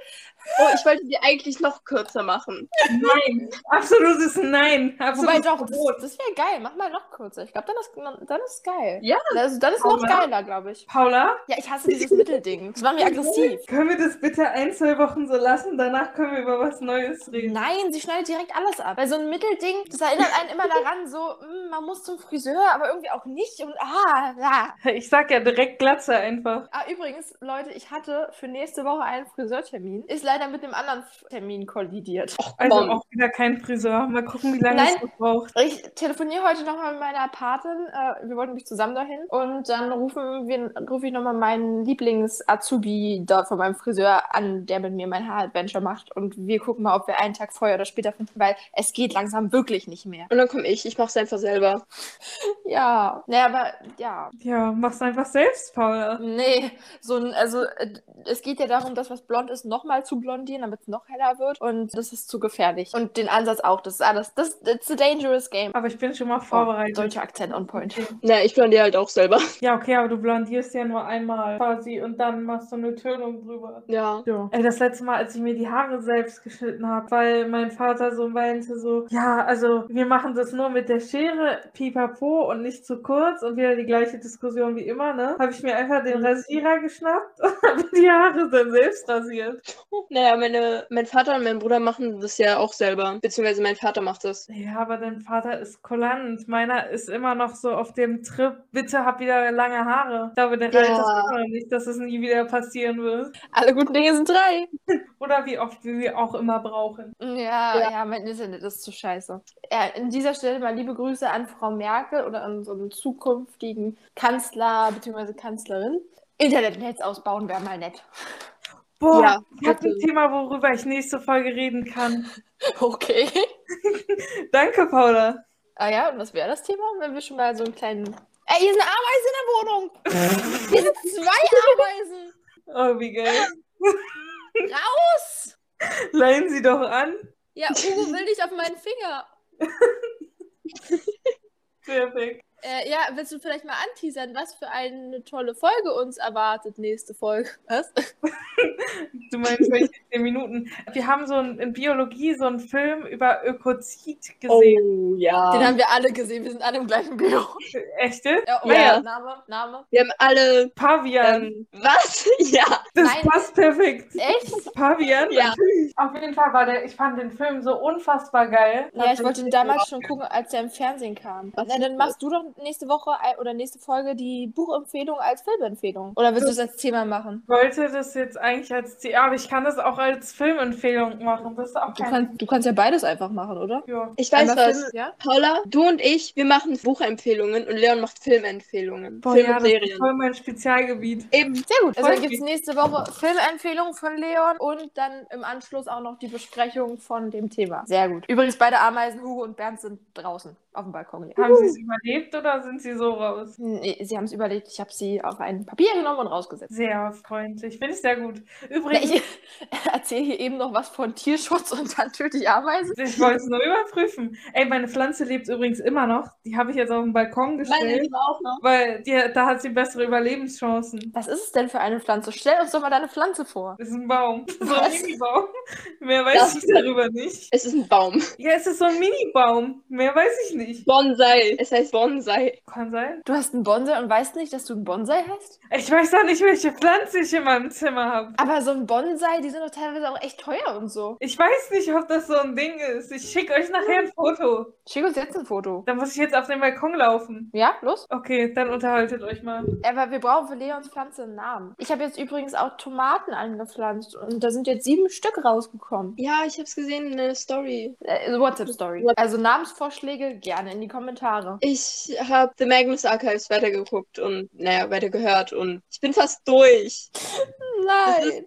Oh, ich wollte die eigentlich noch kürzer machen.
Nein. Absolutes Nein.
Wobei
Absolutes
doch,
Verbot.
das, das wäre geil. Mach mal noch kürzer. Ich glaube, dann ist, dann ist geil.
Ja.
Also, dann ist noch
Aber-
geiler, glaube ich.
Paula,
Ja, ich hasse dieses Mittelding. Das war mir aggressiv.
können wir das bitte ein, zwei Wochen so lassen? Danach können wir über was Neues reden.
Nein, sie schneidet direkt alles ab. Weil so ein Mittelding, das erinnert einen immer daran, so, mm, man muss zum Friseur, aber irgendwie auch nicht. Und ah, ja.
Ich sag ja direkt Glatze einfach.
Ah, übrigens, Leute, ich hatte für nächste Woche einen Friseurtermin. Ist leider mit einem anderen F- Termin kollidiert.
Also
Komm.
auch wieder kein Friseur. Mal gucken, wie lange
Nein.
es noch braucht.
Ich telefoniere heute nochmal mit meiner Patin. Äh, wir wollten nämlich zusammen dahin. Und dann rufen wir, rufe ich nochmal meinen Lieblings-Azubi da von meinem Friseur an, der mit mir mein Haaradventure macht. Und wir gucken mal, ob wir einen Tag vorher oder später finden, weil es geht langsam wirklich nicht mehr.
Und dann komme ich. Ich mach's einfach selber.
Ja, naja, aber ja.
Ja, mach's einfach selbst, Paula.
Nee, so ein, also äh, es geht ja darum, das, was blond ist, nochmal zu blondieren, damit es noch heller wird. Und das ist zu gefährlich. Und den Ansatz auch. Das ist alles. Das it's a dangerous game.
Aber ich bin schon mal
Oh,
vorbereitet.
deutscher Akzent on point.
Na, ich blondiere halt auch selber.
Ja, okay, aber du blondierst ja nur einmal quasi und dann machst du eine Tönung drüber.
Ja.
Ja. Ey, das letzte Mal, als ich mir die Haare selbst geschnitten habe, weil mein Vater so meinte so, ja, also wir machen das nur mit der Schere, pipapo und nicht zu kurz und wieder die gleiche Diskussion wie immer, ne? Habe ich mir einfach
Mhm.
den Rasierer geschnappt und habe die Haare dann selbst rasiert.
Naja, meine, mein Vater und mein Bruder machen das ja auch selber. Beziehungsweise mein Vater macht das.
Ja, aber dein Vater ist kulant. Meiner ist immer noch so auf dem Trip, bitte hab wieder lange Haare. Ich glaube, der
Ja.
reicht das immer noch nicht, dass es nie wieder passieren wird.
Alle guten Dinge sind drei.
Oder wie oft wir sie auch immer brauchen.
Ja, ja,
Ja.
mein Internet ist zu scheiße. Ja, an dieser Stelle mal liebe Grüße an Frau Merkel oder an so einen zukünftigen Kanzler bzw. Kanzlerin. Internetnetz ausbauen wäre mal nett.
Boah,
Ja,
ich habe ein
bitte.
Thema, worüber ich nächste Folge reden kann.
Okay.
Danke, Paula.
Ah ja, und was wäre das Thema, wenn wir schon mal so einen kleinen. Ey, hier ist eine Ameise in der Wohnung! Hier sind zwei Ameisen!
Oh, wie geil.
Raus!
Leihen Sie doch an.
Ja, Ugo will dich auf meinen Finger.
Perfekt.
Äh, ja, willst du vielleicht mal anteasern, was für eine tolle Folge uns erwartet, nächste Folge? Was?
Du meinst welche 10 Minuten. Wir haben so ein, in Biologie so einen Film über Ökozid gesehen.
Oh, ja.
Den haben wir alle gesehen, wir sind alle im gleichen Büro.
Echte?
Ja, oh,
Ja.
Name, Name.
wir haben alle.
Pavian.
Ähm, was? Ja.
das
nein.
passt perfekt.
Echt?
Pavian?
Ja.
Auf jeden Fall war der, ich fand den Film so unfassbar geil.
Ja, ich wollte ihn damals schon gucken, als er im Fernsehen kam.
Was
Na, dann machst du doch nächste Woche ein- oder nächste Folge die Buchempfehlung als Filmempfehlung. Oder willst du es als Thema machen?
Ich wollte das jetzt eigentlich als, die- aber ich kann das auch als Filmempfehlung machen. Das ist auch
Du
kein...
kannst, du kannst ja beides einfach machen, oder?
Ja.
Ich weiß
Einmal
was.
Film- ja?
Paula, du und ich, wir machen Buchempfehlungen und Leon macht Filmempfehlungen.
Boah,
Film
ja,
und
das ist
Serien.
voll mein Spezialgebiet.
Eben.
Sehr gut. Also
Voll
dann gibt es nächste Woche Filmempfehlung von Leon und dann im Anschluss auch noch die Besprechung von dem Thema. Sehr gut. Übrigens, beide Ameisen, Hugo und Bernd sind draußen. auf dem Balkon liegt.
Haben sie es überlebt oder sind sie so raus?
Nee, sie haben es überlegt. Ich habe sie auf ein Papier genommen und rausgesetzt.
Sehr freundlich. Finde ich sehr gut.
Ja,
Übrigens,
Ich erzähle hier eben noch was von Tierschutz und dann töte ich Ameisen.
ich wollte es nur überprüfen. Ey, meine Pflanze lebt übrigens immer noch. Die habe ich jetzt auf den Balkon
Meine
gestellt,
Liebe auch ne? noch.
weil die, da hat sie bessere Überlebenschancen.
Was ist es denn für eine Pflanze? Stell uns doch mal deine Pflanze vor.
Das ist ein Baum. So ein
Was?
Mini-Baum. Mehr weiß
Das-
ich darüber nicht.
Es ist ein Baum.
Ja, es ist so ein Mini-Baum. Mehr weiß ich nicht.
Bonsai. Es heißt Bonsai.
Kann sein.
Du hast einen Bonsai und weißt nicht, dass du einen Bonsai hast?
Ich weiß auch nicht, welche Pflanze ich in meinem Zimmer habe.
Aber so ein Bonsai, die sind doch teilweise auch echt teuer und so.
Ich weiß nicht, ob das so ein Ding ist. Ich schicke euch nachher ein Foto.
Schick uns jetzt ein Foto.
Dann muss ich jetzt auf den Balkon laufen.
Ja, los.
Okay, dann unterhaltet euch mal.
Aber wir brauchen für Leons Pflanze einen Namen. Ich habe jetzt übrigens auch Tomaten angepflanzt und da sind jetzt sieben Stück rausgekommen.
Ja, ich hab's gesehen in der Story.
Äh, WhatsApp-Story. Also Namensvorschläge gerne in die Kommentare.
Ich habe The Magnus Archives weitergeguckt und, naja, weitergehört und ich bin fast durch.
Nein.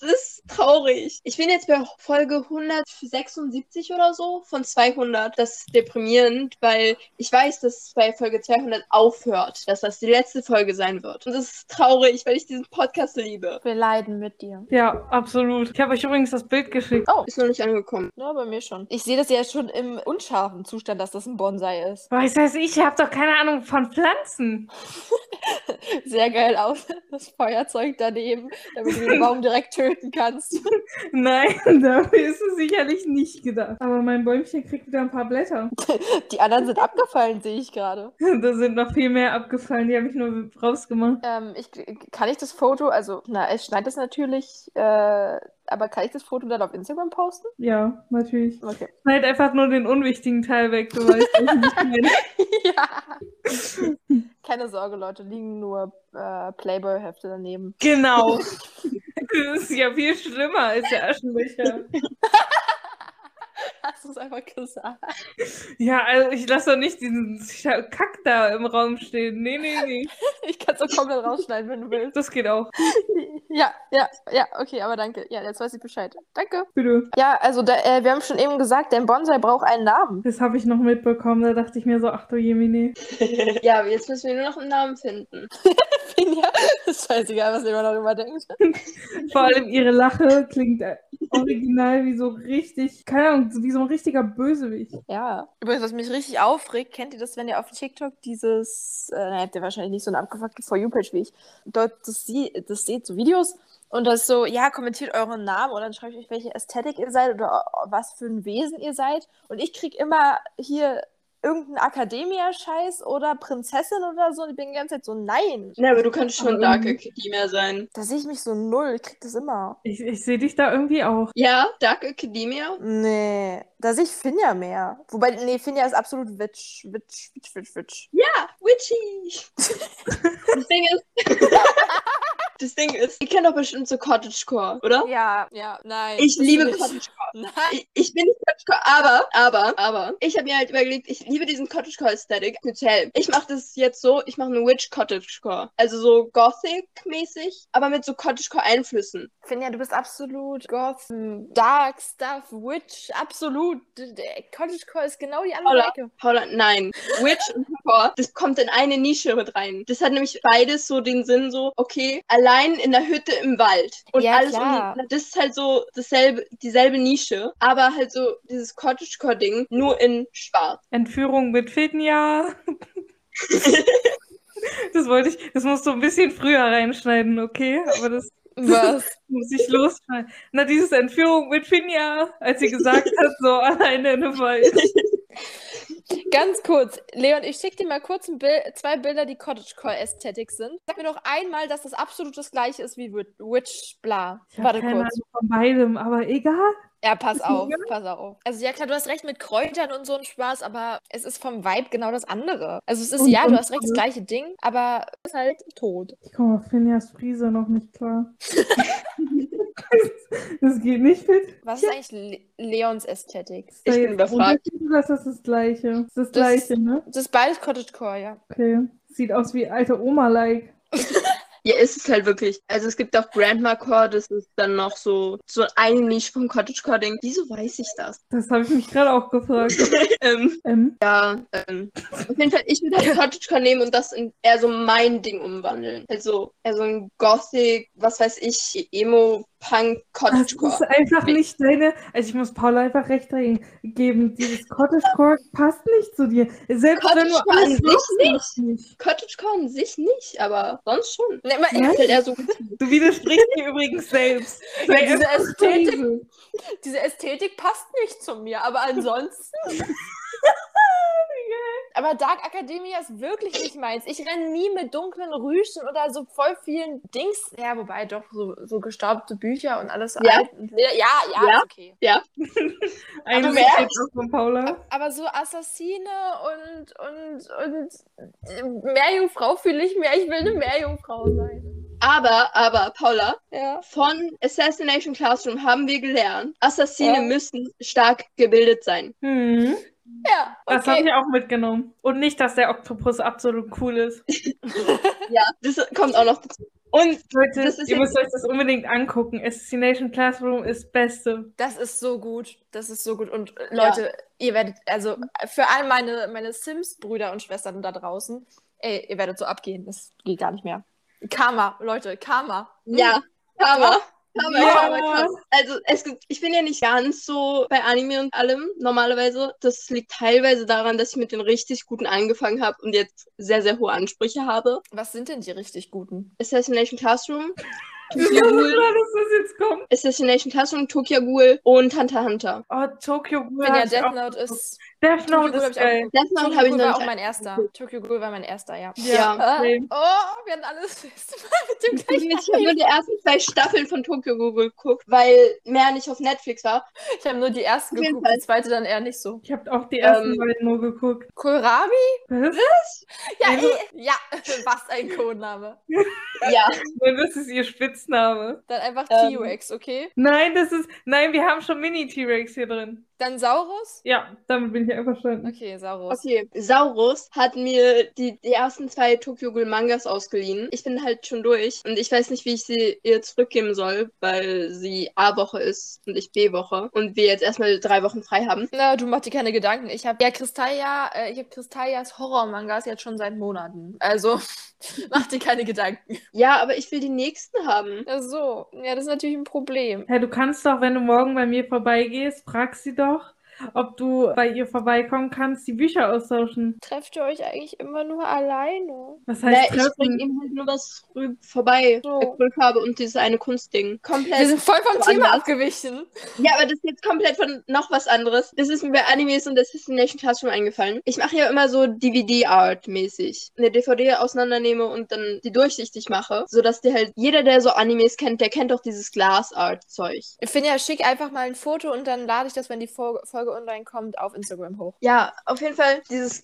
Das ist traurig. Ich bin jetzt bei Folge 176 oder so von 200. Das ist deprimierend, weil ich weiß, dass bei Folge 200 aufhört, dass das die letzte Folge sein wird. Und das ist traurig, weil ich diesen Podcast liebe.
Wir leiden mit dir.
Ja, absolut. Ich habe euch übrigens das Bild geschickt.
Oh,
Ist noch nicht angekommen.
ja, bei mir schon. Ich sehe das ja schon im unscharfen Zustand, dass das ein Bonsai ist.
Weiß das ich, ihr habt doch keine Ahnung von Pflanzen.
Sehr geil aus. Das Feuerzeug daneben, damit du den Baum direkt töten kannst.
Nein, dafür ist es sicherlich nicht gedacht. Aber mein Bäumchen kriegt wieder ein paar Blätter.
Die anderen sind abgefallen, sehe ich gerade.
Da sind noch viel mehr abgefallen, die habe ich nur rausgemacht.
Ähm, ich, kann ich das Foto, also, na, ich schneide das natürlich, äh, aber kann ich das Foto dann auf Instagram posten?
Ja, natürlich.
Okay.
Schneid halt einfach nur den unwichtigen Teil weg, du weißt, was ich meine.
ja. Keine Sorge, Leute, liegen nur äh, Playboy-Hefte daneben.
Genau. das ist ja viel schlimmer als der Aschenbecher.
Hast du es einfach gesagt?
Ja, also ich lasse doch nicht diesen Scha- Kack da im Raum stehen. Nee, nee, nee.
Ich kann es auch komplett rausschneiden, wenn du willst.
Das geht auch.
Ja, ja, ja, okay, aber danke. Ja, jetzt weiß ich Bescheid. Danke.
Bitte.
Ja, also, da, äh, wir haben schon eben gesagt, dein Bonsai braucht einen Namen.
Das habe ich noch mitbekommen. Da dachte ich mir so, ach du Jemine.
Ja, jetzt müssen wir nur noch einen Namen finden.
Ja, ist scheißegal, was jemand darüber denkt.
Vor allem ihre Lache klingt äh, original wie so richtig, keine Ahnung, wie so ein richtiger Bösewicht.
Ja. Übrigens, was mich richtig aufregt, kennt ihr das, wenn ihr auf TikTok dieses, äh, na, habt ihr wahrscheinlich nicht so eine abgefuckte For You-Page wie ich, dort das, sie, das seht, so Videos und das so, ja, kommentiert euren Namen und dann schreibt euch, welche Ästhetik ihr seid oder was für ein Wesen ihr seid. Und ich krieg immer hier irgendeinen Akademia-Scheiß oder Prinzessin oder so und ich bin die ganze Zeit so, nein.
Na, aber du kannst schon
Ähm.
Dark Academia sein.
Da sehe ich mich so null, ich krieg das immer.
Ich, ich sehe dich da irgendwie auch.
Ja, Dark Academia?
Nee, da sehe ich Finja mehr. Wobei, nee, Finja ist absolut witch, witch, witch, witch, witch.
Ja, witchy. das Ding ist... das Ding ist, ihr kennt doch bestimmt so Cottagecore, oder?
Ja, ja, nein.
Ich
das
liebe
will Oh. ich.
Cottagecore.
Nein.
Ich, ich bin nicht Cottagecore, aber, aber, aber, ich habe mir halt überlegt, ich liebe diesen Cottagecore-Aesthetic mit Hell. Ich mache das jetzt so, ich mache eine Witch Cottagecore. Also so Gothic-mäßig, aber mit so Cottagecore-Einflüssen.
Finja, du bist absolut Goth, hm, Dark Stuff, Witch, absolut. D- d- Cottagecore ist genau die andere
Holla.
Ecke.
Paula, nein. Witch und Horror, das kommt in eine Nische mit rein. Das hat nämlich beides so den Sinn so, okay, allein in der Hütte im Wald. Und
Ja,
alles
klar.
um die, das ist halt so dasselbe, dieselbe Nische, aber halt so dieses Cottagecore-Ding nur in schwarz.
Entführung mit Finja. Das wollte ich, das musst du ein bisschen früher reinschneiden, okay? Aber das
Was?
muss ich losschneiden. Na, dieses Entführung mit Finja, als sie gesagt hat, so alleine in einem Wald.
Ganz kurz, Leon, ich schicke dir mal kurz ein Bil zwei Bilder, die Cottagecore-Ästhetik sind. Sag mir doch einmal, dass das absolut das gleiche ist wie Wit- Witch, bla.
Ich hab
Warte
keine
kurz.
Ahnung von beidem, aber egal.
Ja, pass auf,
Ja.
pass auf. Also ja klar, du hast recht mit Kräutern und so ein Spaß, aber es ist vom Vibe genau das andere. Also es ist,
Und-
ja, du
und-
hast recht, das gleiche Ding, aber es ist halt tot.
Ich komme auf Finjas Friese noch nicht klar. das geht nicht mit.
Was ist eigentlich Le Leons Ästhetik?
Ist da
Ich bin
jetzt
überfragt.
Unterschied Oder ist das das Gleiche? Ist
Das-
das Gleiche, ne?
Das ist beides Cottagecore, ja.
Okay. Sieht aus wie alte Oma-like.
Ja, ist es halt wirklich. Also es gibt auch Grandma Core, das ist dann noch so, so ein Nisch vom Cottagecore-Ding. Wieso weiß ich das?
Das habe ich mich gerade auch gefragt.
Ähm,
Ähm,
ja, ähm. Auf jeden Fall, ich würde halt Cottagecore nehmen und das in eher so mein Ding umwandeln. Also eher so ein Gothic, was weiß ich, Emo, Punk,
das ist
Cottagecore.
einfach nicht deine. Also ich muss Paula einfach recht geben. Dieses Cottagecore passt nicht zu dir. Selbst wenn du
Cottagecore
alles
an sich nicht.
machst, nicht.
Cottagecore an sich nicht, aber sonst schon.
Nee, mal,
Ja?
Ich will eher so
Du widersprichst dir übrigens selbst.
weil diese, Ästhetik,
Krise.
diese Ästhetik passt nicht zu mir, aber ansonsten. aber Dark Academia ist wirklich nicht meins. Ich renne nie mit dunklen Rüschen oder so voll vielen Dings. Ja, wobei doch so, so gestaubte Bücher und alles.
Ja.
alt und leder- ja, ja,
Ja.
ist okay.
Eine
Aber merkst-
Sekunde von Paula.
Aber so Assassine und, und, und Meerjungfrau fühle ich mehr. Ich will eine Meerjungfrau sein.
Aber, aber, Paula,
Ja.
von Assassination Classroom haben wir gelernt, Assassine
Ja.
müssen stark gebildet sein.
Hm.
Ja,
Das habe
okay.
ich auch mitgenommen. Und nicht, dass der Oktopus absolut cool ist.
Ja, das kommt auch noch dazu. Und
Leute,
Das ist
ihr
jetzt-
müsst euch das unbedingt angucken. Assassination Classroom ist Beste.
Das ist so gut. Das ist so gut. Und äh, Leute, ihr werdet, also äh, für all meine, meine Sims-Brüder und Schwestern da draußen, ey, ihr werdet so abgehen. Das geht gar nicht mehr. Karma, Leute, Karma.
ja, Karma. Karma,
Ja.
Karma, krass. Also es gibt, ich bin ja nicht ganz so bei Anime und allem normalerweise. Das liegt teilweise daran, dass ich mit den richtig guten angefangen habe und jetzt sehr, sehr hohe Ansprüche habe.
Was sind denn die richtig guten?
Assassination Classroom,
Ich wusste klar, dass das jetzt kommt.
Assassination Classroom, Tokyo Ghoul und Hunter x Hunter.
Oh, Tokyo Ghoul.
Wenn ja
hab ich auch-
Death Note ist.
Death
Tokyo
Note
Ghoul hab
ist
ich auch
geil.
geguckt.
Das noch
Tokyo
habe ich
Ghoul war
noch
auch
nicht
mein erster. Tokyo Ghoul war mein erster, ja.
Ja.
Äh,
same.
oh, wir hatten alles letztes Mal mit dem gleichen.
Ich habe nur die ersten zwei Staffeln von Tokyo Ghoul geguckt, weil mehr nicht auf Netflix war.
Ich habe nur die ersten
Auf jeden
geguckt, die zweite dann eher nicht so.
Ich habe auch die ersten
Ähm.
beiden nur geguckt.
Kohlrabi?
Was?
Ja,
Also-
eh, ja, was ein Codename.
Ja,
Nein, das ist ihr Spitzname.
Dann einfach
Ähm.
T-Rex, okay?
Nein, das ist. Nein, wir haben schon Mini-T-Rex hier drin.
Dann Saurus?
Ja, damit bin ich einverstanden.
Okay, Saurus.
okay. Saurus hat mir die, die ersten zwei Tokyo Ghoul Mangas ausgeliehen. Ich bin halt schon durch und ich weiß nicht, wie ich sie ihr zurückgeben soll, weil sie A-Woche ist und ich B-Woche und wir jetzt erstmal drei Wochen frei haben.
Na, du mach dir keine Gedanken. Ich habe ja Kristalia, äh, ich habe Kristalias Horror-Mangas jetzt schon seit Monaten. Also, mach dir keine Gedanken.
Ja, aber ich will die nächsten haben.
Ach so, ja, das ist natürlich ein Problem.
Hey, du kannst doch, wenn du morgen bei mir vorbeigehst, frag sie doch, ob du bei ihr vorbeikommen kannst, die Bücher austauschen.
Trefft ihr euch eigentlich immer nur alleine?
Was
Na,
heißt
ich bring
treffen?
ihm halt nur was rü- vorbei.
So.
Der Kohlfarbe und dieses eine Kunstding.
Wir
Komplett.
sind voll vom Thema
woanders.
abgewichen.
Ja, aber das ist jetzt komplett von noch was anderes. Das ist mir bei Animes und Assassination Classroom eingefallen. Ich mache ja immer so DVD-Art-mäßig. Eine DVD auseinandernehme und dann die durchsichtig mache, sodass dir halt jeder, der so Animes kennt, der kennt auch dieses Glass-Art-Zeug.
Ich finde ja, schick einfach mal ein Foto und dann lade ich das, wenn die Folge, Folge online kommt, auf Instagram hoch.
Ja, auf jeden Fall dieses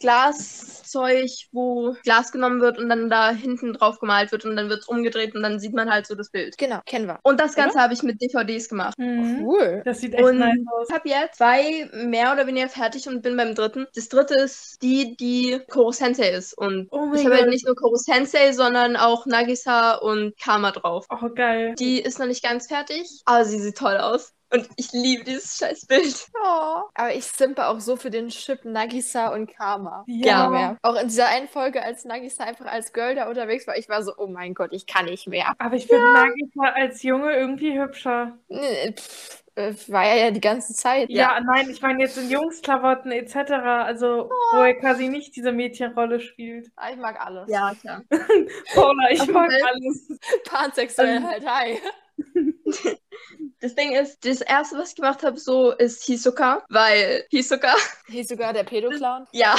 Glaszeug, wo Glas genommen wird und dann da hinten drauf gemalt wird und dann wird's umgedreht und dann sieht man halt so das Bild.
Genau, kennen wir.
Und das Ganze habe ich mit DVDs gemacht.
Mhm.
Cool.
Das sieht echt
Und-
nice aus.
Ich habe jetzt zwei mehr oder weniger fertig und bin beim dritten. Das dritte ist die, die Koro Sensei ist. Und
Oh
ich
mein
habe
Gott.
halt nicht nur Koro Sensei, sondern auch Nagisa und Karma drauf.
Oh, geil.
Die ist noch nicht ganz fertig, aber sie sieht toll aus. Und ich liebe dieses scheiß Bild.
Oh. Aber ich simpe auch so für den Chip Nagisa und Karma.
Ja.
Gar nicht mehr. Auch in dieser einen Folge, als Nagisa einfach als Girl da unterwegs war, ich war so, oh mein Gott, ich kann nicht mehr.
Aber ich finde Nagisa als Junge irgendwie hübscher.
Nee, Pff, äh, war ja ja die ganze Zeit.
Ja, nein, ich meine jetzt in Jungsklamotten etc., also
Oh.
wo er quasi nicht diese Mädchenrolle spielt.
Ah, Ich mag alles.
Ja, klar.
Paula, ich
Auf
mag
jeden Fall. Also
alles.
Pansexuell
Ähm.
halt, hi.
Das Ding ist, das erste, was ich gemacht habe, so ist Hisoka, weil Hisoka,
Hier ist sogar der Pedoclown.
ja,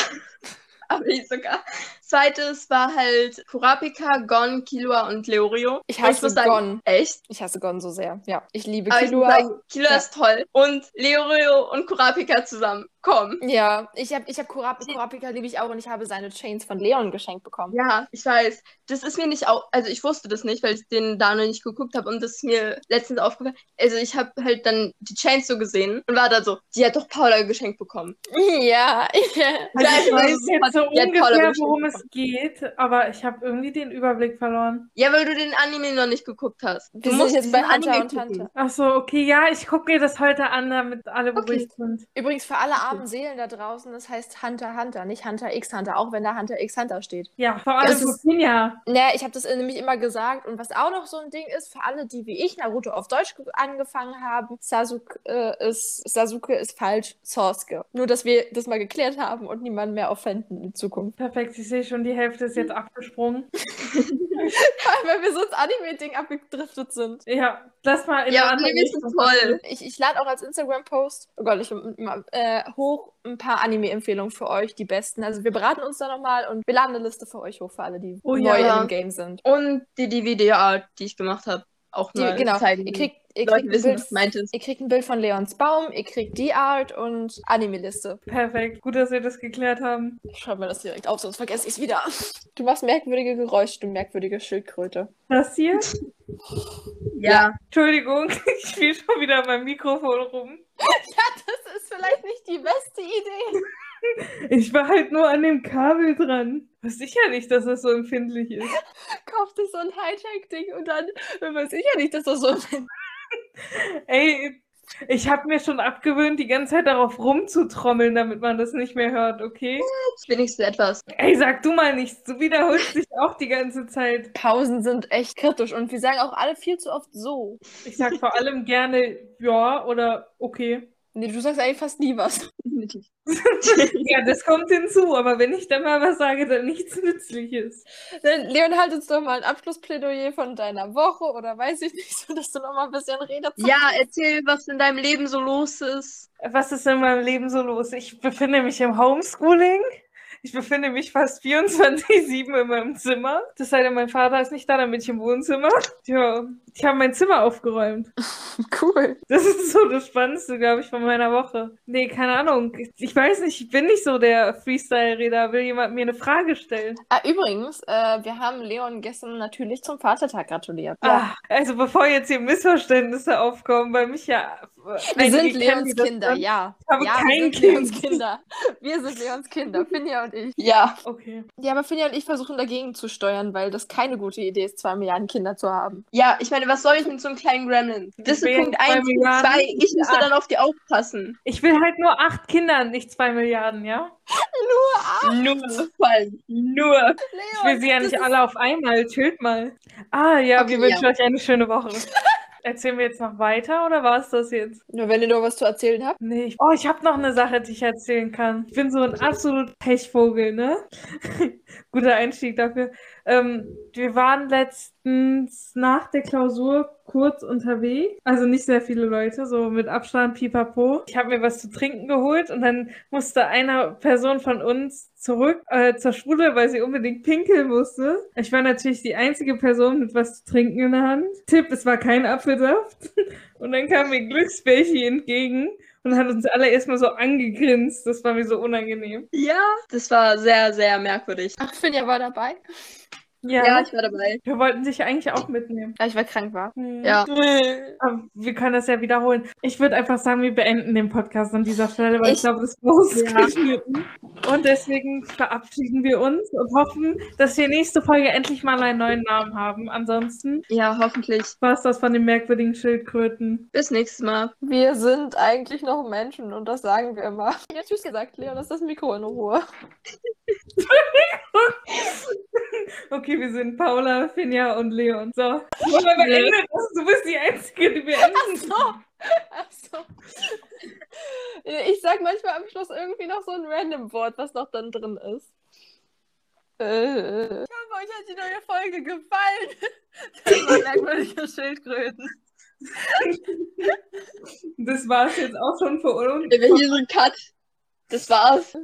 aber Hisoka. Zweites war halt Kurapika, Gon, Killua und Leorio.
Ich
Und
hasse
muss sagen-
Gon.
Echt?
Ich hasse Gon so sehr. Ja, ich liebe
Aber ich muss
Killua.
sagen, Killua ist toll. Und Leorio und Kurapika zusammen. Komm.
Ja, ich habe ich hab Kurap Kurapika liebe ich auch und ich habe seine Chains von Leon geschenkt bekommen.
Ja, ich weiß. Das ist mir nicht auch, also ich wusste das nicht, weil ich den da noch nicht geguckt habe und das ist mir letztens aufgefallen. Also ich habe halt dann die Chains so gesehen und war da so, die hat doch Paula geschenkt bekommen.
Ja, ja.
Also
Ja,
ich
ich
weiß
weiß,
jetzt so
die hat Paula
ungefähr,
bestimmt
worum es es geht, aber ich habe irgendwie den Überblick verloren.
Ja, weil du den Anime noch nicht geguckt hast. Du
Wir sind jetzt bei
diesen
Hunter
Anime
und
gucken.
Hunter.
Ach so, okay, ja, ich gucke mir das heute an, damit alle
Okay.
beruhigt sind.
Übrigens für alle armen Seelen da draußen, das heißt Hunter Hunter, nicht Hunter x Hunter, auch wenn da Hunter x Hunter steht.
Ja, vor allem
Das
für
ist-
Finja.
Naja, ich habe das äh, nämlich immer gesagt. Und was auch noch so ein Ding ist, für alle, die wie ich Naruto auf Deutsch ge- angefangen haben, Sasuke, äh, ist, Sasuke ist falsch, Sasuke. Nur, dass wir das mal geklärt haben und niemanden mehr offenden in Zukunft.
Perfekt, ich sehe schon, die Hälfte ist jetzt abgesprungen.
Vor allem, weil wir so ins Anime-Ding abgedriftet sind.
Ja, lass mal in
Ja,
eine
aber
andere
Anime ist
Richtung.
toll.
Ähm, Ich, ich lade auch als Instagram-Post, oh Gott, ich mal, äh, hoch ein paar Anime-Empfehlungen für euch, die besten. Also wir beraten uns da nochmal und wir laden eine Liste für euch hoch, für alle, die
Oh
neu
ja.
im Game sind.
Und die DVD-Art, die ich gemacht habe, auch
Die,
mal
genau,
zeigen.
ihr kriegt, ihr kriegt
Leute
ein
wissen,
Bild
was meint ist.
Ihr kriegt ein Bild von Leons Baum, ihr kriegt die Art und Anime-Liste.
Perfekt, gut, dass wir das geklärt haben.
Ich schreibe mir das direkt auf, sonst vergesse ich es wieder. Du machst merkwürdige Geräusche, du merkwürdige Schildkröte.
Das hier?
Ja.
Entschuldigung, ich spiele schon wieder mein Mikrofon rum.
Das ist vielleicht nicht die beste Idee.
Ich war halt nur an dem Kabel dran. Wusste ich ja nicht, dass das so empfindlich ist.
Kauf dir so ein Hightech-Ding und dann weiß ich ja nicht, dass das so
Ey, ich habe mir schon abgewöhnt, die ganze Zeit darauf rumzutrommeln, damit man das nicht mehr hört, okay?
wenigstens etwas.
Ey, sag du mal nichts. Du wiederholst dich auch die ganze Zeit.
Pausen sind echt kritisch und wir sagen auch alle viel zu oft so.
Ich sag vor allem gerne ja oder okay.
Nee, du sagst eigentlich fast nie was.
Ja, das kommt hinzu, aber wenn ich dann mal was sage, dann nichts Nützliches.
Dann, Leon, halt uns doch mal ein Abschlussplädoyer von deiner Woche oder weiß ich nicht, so dass du noch mal ein bisschen redest.
Ja, erzähl, was in deinem Leben so los ist.
Was ist in meinem Leben so los? Ich befinde mich im Homeschooling. Ich befinde mich fast 24-7 in meinem Zimmer. Das sei denn, mein Vater ist nicht da, dann bin ich im Wohnzimmer. Tja, ich habe mein Zimmer aufgeräumt.
cool.
Das ist so das Spannendste, glaube ich, von meiner Woche. Nee, keine Ahnung. Ich weiß nicht, ich bin nicht so der Freestyle-Redner. Will jemand mir eine Frage stellen?
Ah, übrigens, äh, wir haben Leon gestern natürlich zum Vatertag gratuliert.
Ah, also bevor jetzt hier Missverständnisse aufkommen, weil mich ja...
wir
einige
sind
kennen,
Leons
die das
Kinder,
dann-
ja.
Ich habe
ja,
kein
wir sind
Kind.
Leons Kinder. Wir sind Leons Kinder, Finja und ich.
Ja.
Okay.
Ja, aber Finja und ich versuchen dagegen zu steuern, weil das keine gute Idee ist, zwei Milliarden Kinder zu haben.
Ja, ich meine, was soll ich mit so einem kleinen Gremlin? Das ist
Deswegen
Punkt
zwei
1, Punkt
Milliarden.
2. Ich muss ja dann auf die aufpassen.
Ich will halt nur acht Kinder, nicht zwei Milliarden, ja?
Nur. Vor allem. Nur.
Leon,
Ich will sie ja nicht
das
alle auf einmal. Chillt mal. Ah ja, wir
Okay,
wünschen euch eine schöne Woche. Erzählen wir jetzt noch weiter oder war es das jetzt?
Ist... Nur wenn ihr noch was zu erzählen habt.
Nee. ich- Oh, ich habe noch eine Sache, die ich erzählen kann. Ich bin so ein absolut Pechvogel, ne? Guter Einstieg dafür. Ähm, wir waren letztens nach der Klausur kurz unterwegs. Also nicht sehr viele Leute, so mit Abstand, pipapo. Ich habe mir was zu trinken geholt und dann musste einer Person von uns zurück äh, zur Schule, weil sie unbedingt pinkeln musste. Ich war natürlich die einzige Person mit was zu trinken in der Hand. Tipp, es war kein Apfelsaft. Und dann kam mir Glücksbärchi entgegen und hat uns alle erstmal so angegrinst. Das war mir so unangenehm.
Ja. Das war sehr, sehr merkwürdig.
Ach, Finja war dabei.
Ja,
Ja, ich war dabei.
wir wollten dich eigentlich auch mitnehmen.
Ja, ich war krank, war.
Hm.
Ja.
Aber wir können das ja wiederholen. Ich würde einfach sagen, wir beenden den Podcast an dieser Stelle, weil ich,
Ich-
glaube, das muss geschnitten. Und deswegen verabschieden wir uns und hoffen, dass wir nächste Folge endlich mal einen neuen Namen haben. Ansonsten
Ja, hoffentlich.
war es das von den merkwürdigen Schildkröten.
Bis nächstes Mal.
Wir sind eigentlich noch Menschen und das sagen wir immer. Ja, tschüss gesagt, Leon, lass das Mikro in Ruhe.
Okay, wir sind Paula, Finja und Leon. So. Aber beendet das. Du bist die Einzige, die beenden.
So. Also, ich sag manchmal am Schluss irgendwie noch so ein random Wort, was noch dann drin ist. Äh. Ich hoffe, euch hat die neue Folge gefallen. Das waren merkwürdige Schildkröten.
Das war es jetzt auch schon für uns.
Wir hier so einen Cut. Das war's.